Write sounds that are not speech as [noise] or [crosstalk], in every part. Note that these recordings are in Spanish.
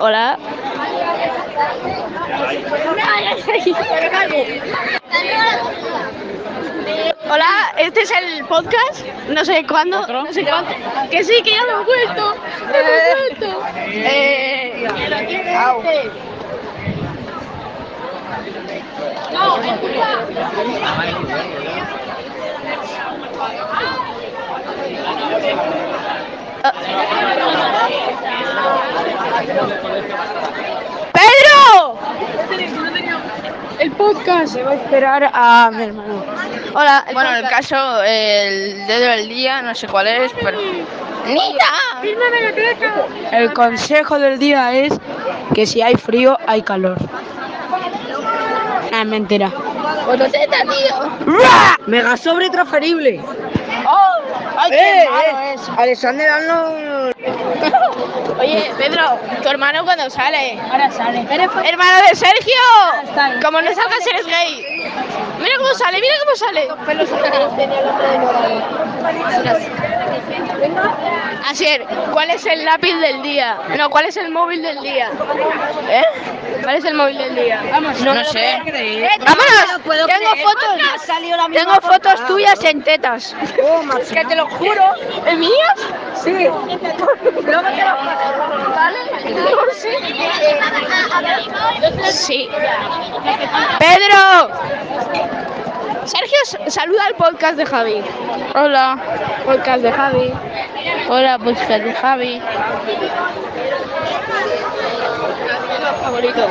Hola. Hola, este es el podcast, no sé cuándo, no sé cuánto. Que sí, que ya lo he vuelto, ya lo he vuelto. Eh, ¡Pedro! El podcast. Debo esperar a mi hermano. Hola, Bueno, el caso, el dedo del día, no sé cuál es, pero... ¡Nita! El consejo del día es que si hay frío, hay calor. Ah, mentira. ¡Fotoseta, tío! Mega sobre transferible. ¡Oh! ¡Ay, Eh, eh, Alexander Arnold. Oye, Pedro, tu hermano cuando sale. Ahora sale. Ah, ¡Hermano de Sergio! está bien. Como no salgas eres gay. Mira cómo sale, mira cómo sale. Asier, ¿cuál es el lápiz del día? No, ¿cuál es el móvil del día? ¿Eh? ¿Cuál es el móvil del día? Vamos, no, sé. ¡Vámonos! Tengo fotos. Tengo fotos tuyas en tetas. Oh, macho. Que te lo juro. ¿Mías? Sí. Luego te lo ¿Vale? No sé. Sí. Pedro. Sergio, s- saluda al podcast de Javi. Hola. Podcast de Javi. Hola, podcast de Javi. Favorito.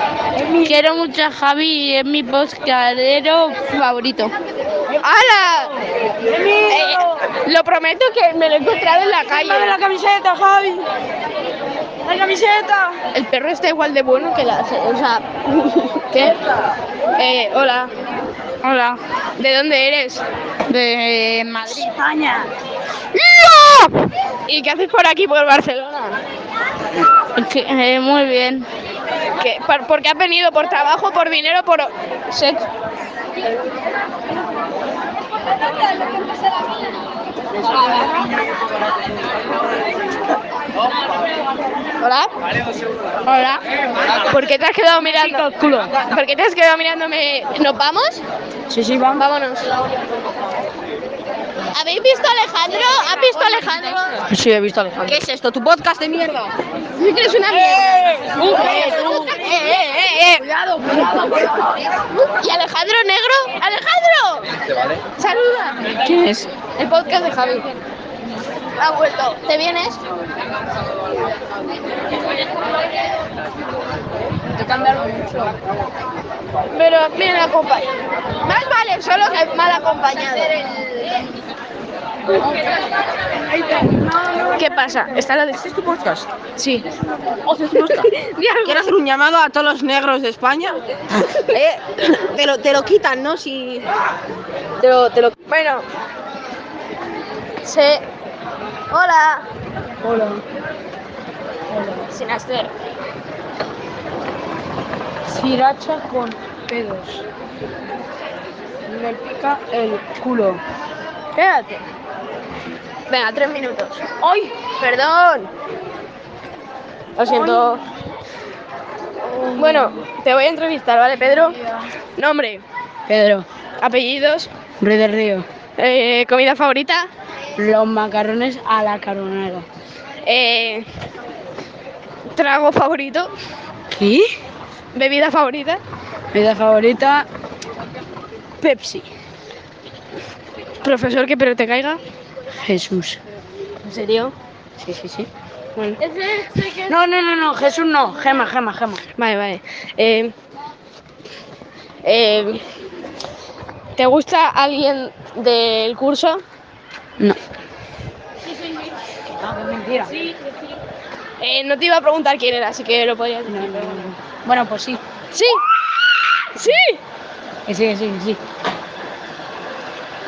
Quiero mucho a Javi, es mi podcastero favorito. ¡Hala! Eh, lo prometo que me lo he encontrado en la calle. camiseta, Javi! ¡La camiseta! El perro está igual de bueno que la. O sea. [laughs] ¿Qué? Eh, hola. Hola. ¿De dónde eres? De Madrid. España. ¡No! ¿Y qué haces por aquí, por Barcelona? eh, muy bien. ¿Qué? ¿Por, por qué has venido? ¿Por trabajo, por dinero, por sexo? ¿Hola? Hola. ¿Por qué te has quedado mirando? ¿Por qué te has quedado mirándome? ¿Nos vamos? Sí, sí, vamos. Vámonos. ¿Habéis visto a Alejandro? ¿Has visto a Alejandro? Sí, he visto a Alejandro. ¿Qué es esto? ¿Tu podcast de mierda? Sí que eres una mierda. eh, Cuidado, cuidado. eh, ¿Y Alejandro Negro? ¡Alejandro! ¡Saluda! ¿Quién es? El podcast de Javi. Ha vuelto. ¿Te vienes? Pero bien acompañado. Más vale solo que mal acompañado. ¿Qué pasa? ¿Está la de... ¿Este es tu podcast? Sí. [laughs] ¿Quieres hacer un llamado a todos los negros de [laughs] España? Eh, te, lo, te lo quitan, ¿no? Si... Te lo, te lo... Bueno. Se... Hola. Hola. Sin hacer. Siracha con pedos. Me pica el culo. Quédate. Venga, tres minutos. ¡Ay! Perdón. Lo siento. Bueno, te voy a entrevistar, ¿vale, Pedro? Nombre, Pedro, apellidos, Rey del Río. eh, comida favorita, Los macarrones a la carbonara. eh, trago favorito, ¿Y? bebida favorita, Vida favorita, Pepsi. profesor que pero te caiga. Jesús. ¿En serio? Sí, sí, sí. Bueno. No, no, no, no, Jesús no. Gema, gema, gema. Vale, vale. Eh, eh, ¿Te gusta alguien del curso? No. Ah, qué mentira. Eh, no te iba a preguntar quién era, así que lo podías decir. pero bueno. Bueno, pues sí. Sí, sí. Que sí, que sí, que sí.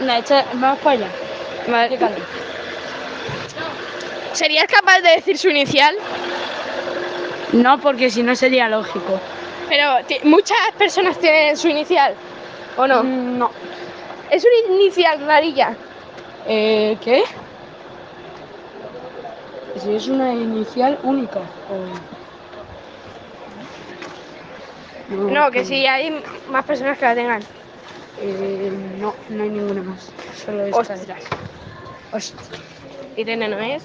Nah, echa- vamos para allá. Vale. ¿Serías capaz de decir su inicial? No, porque si no sería lógico. Pero ti- muchas personas tienen su inicial, ¿o no? Mm, No. Es una inicial rarilla. Eh, ¿Qué? que Eh, si es una inicial única. O... No, que si hay más personas que la tengan. Eh, no, no hay ninguna más. Solo esta Ostras. de las- Irene no [laughs] es.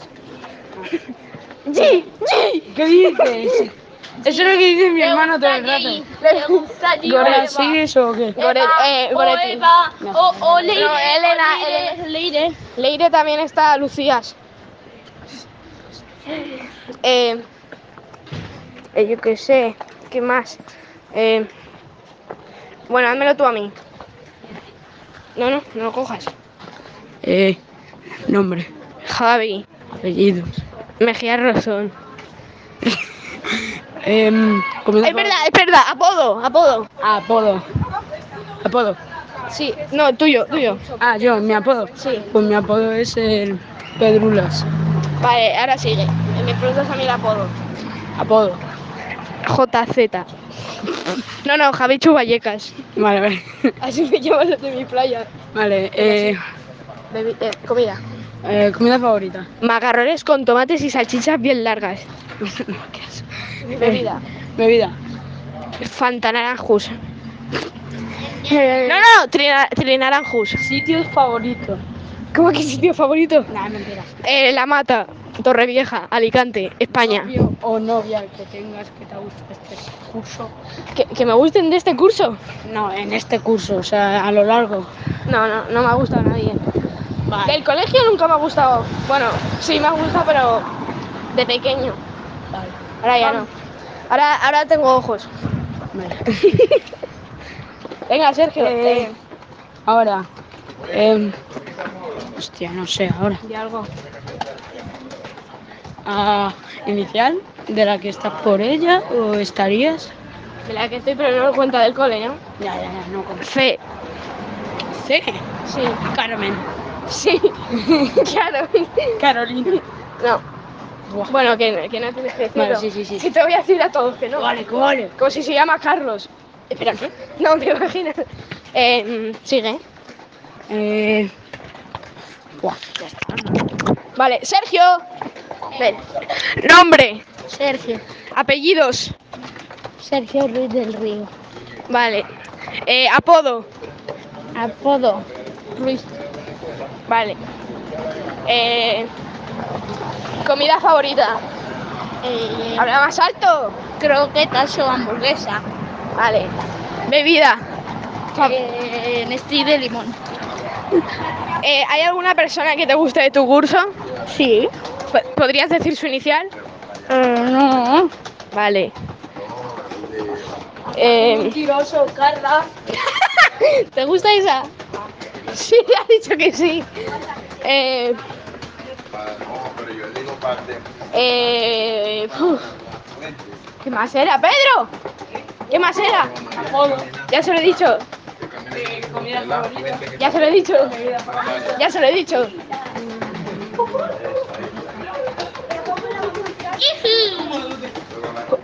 ¿Qué dices? Eso es lo que dice mi hermano todo el rato. Le gusta Gio ¿Gorel Eva. sigues o qué? Goret, eh, O Goretti. Eva, No. o, o Leire. No, Elena, o Leire, Leire. Leire también está Lucías. Eh, eh, yo qué sé, ¿qué más? Eh, bueno, házmelo tú a mí. No, no, no lo cojas. Eh, nombre, Javi, apellidos. Mejía Rosón. Em, comienza Es por- verdad, es verdad, apodo, apodo. Apodo. Apodo. Sí, no, tuyo, tuyo. Ah, yo, mi apodo. Sí. Pues mi apodo es el Pedrulas. Vale, ahora sigue. Me preguntas a mí el apodo. Apodo. JZ. No, no, Javi Chuvallecas. Vale, vale. [laughs] Así me llaman los de mi playa. Vale, eh, Bebi- eh, comida. eh, comida favorita. Macarrones con tomates y salchichas bien largas. Bebida. Bebida. Fantaranjus. No, no, trina- trinaranjus. Sitio favorito. ¿Cómo que sitio favorito? Nah, mentiras. Eh, La Mata, Torrevieja, Alicante, España. Novio o novia que tengas que te guste este curso. ¿Que, que me gusten de este curso? No, en este curso, o sea, a lo largo. No, no, no me ha gustado nadie. Vale. Del colegio nunca me ha gustado. Bueno, sí me ha gustado, pero de pequeño. Vale. Ahora ya no. Ahora, ahora tengo ojos. vale. [laughs] Venga, Sergio. Eh, eh, Ahora. em, hostia, no sé, ahora. di algo. Ah, inicial, de la que estás por ella o estarías. De la que estoy, pero no lo cuenta del cole, ¿no? Ya, ya, ya, no con Fe. C. Sí. Carmen. [laughs] Sí. claro. Carolina. No. Buah. Bueno, que, que no tienes que decirlo. Vale, sí, sí, sí. Que te voy a decir a todos que no. Vale, vale. Como si se llama Carlos. Espera, ¿qué? No, te imaginas. Eh, mm, sigue. Eh. Vale, Sergio. Ven. Nombre. Sergio. Apellidos. Sergio Ruiz del Río. Vale. Eh, apodo. Apodo. Ruiz. Vale. Eh, comida favorita. Eh, Habla más alto. croquetas o hamburguesa. Vale. Bebida. Eh, Nestí de limón. Eh, ¿Hay alguna persona que te guste de tu curso? Sí. Mm, Po- ¿Podrías decir su inicial? no. Vale. Eh, Mentiroso, Carla. [laughs] ¿Te gusta esa? Sí, [laughs] ha dicho que sí. Eh, eh, uf. ¿Qué más era, Pedro? ¿Qué más era? Ya se lo he dicho. Ya se lo he dicho. Ya se lo he dicho.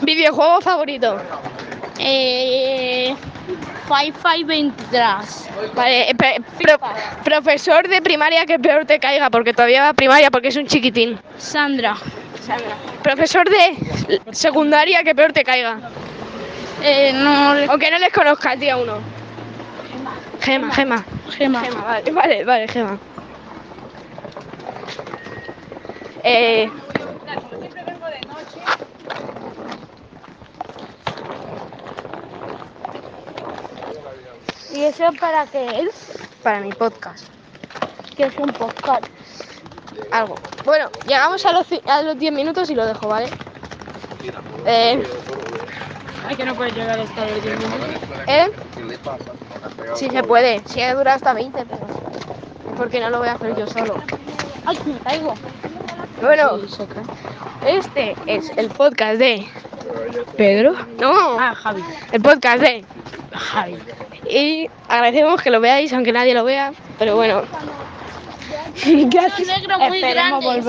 Videojuego favorito. Eh, Five Five Ventras. Vale, eh, pre- pro- profesor de primaria que peor te caiga, porque todavía va a primaria porque es un chiquitín. Sandra. Profesor de secundaria que peor te caiga. Eh, no, le- Aunque no les conozcas, día uno. Gema, Gema. Gema. Gema, vale, vale, vale, Gema. Eh. ¿Y eso para qué es? Para mi podcast. Que es un podcast. Algo. Bueno, llegamos a los, ci- a los 10 minutos y lo dejo, ¿vale? Eh, Ay, que no puedes llegar hasta el último. ¿eh? Sí se puede, sí ha durado hasta 20, pero... Porque no lo voy a hacer yo solo. Ay, me caigo. Bueno, este es el podcast de... Pedro. No, Ah, Javi. el podcast de... Javi. Y agradecemos que lo veáis, aunque nadie lo vea, pero bueno. Gracias. negro muy grande.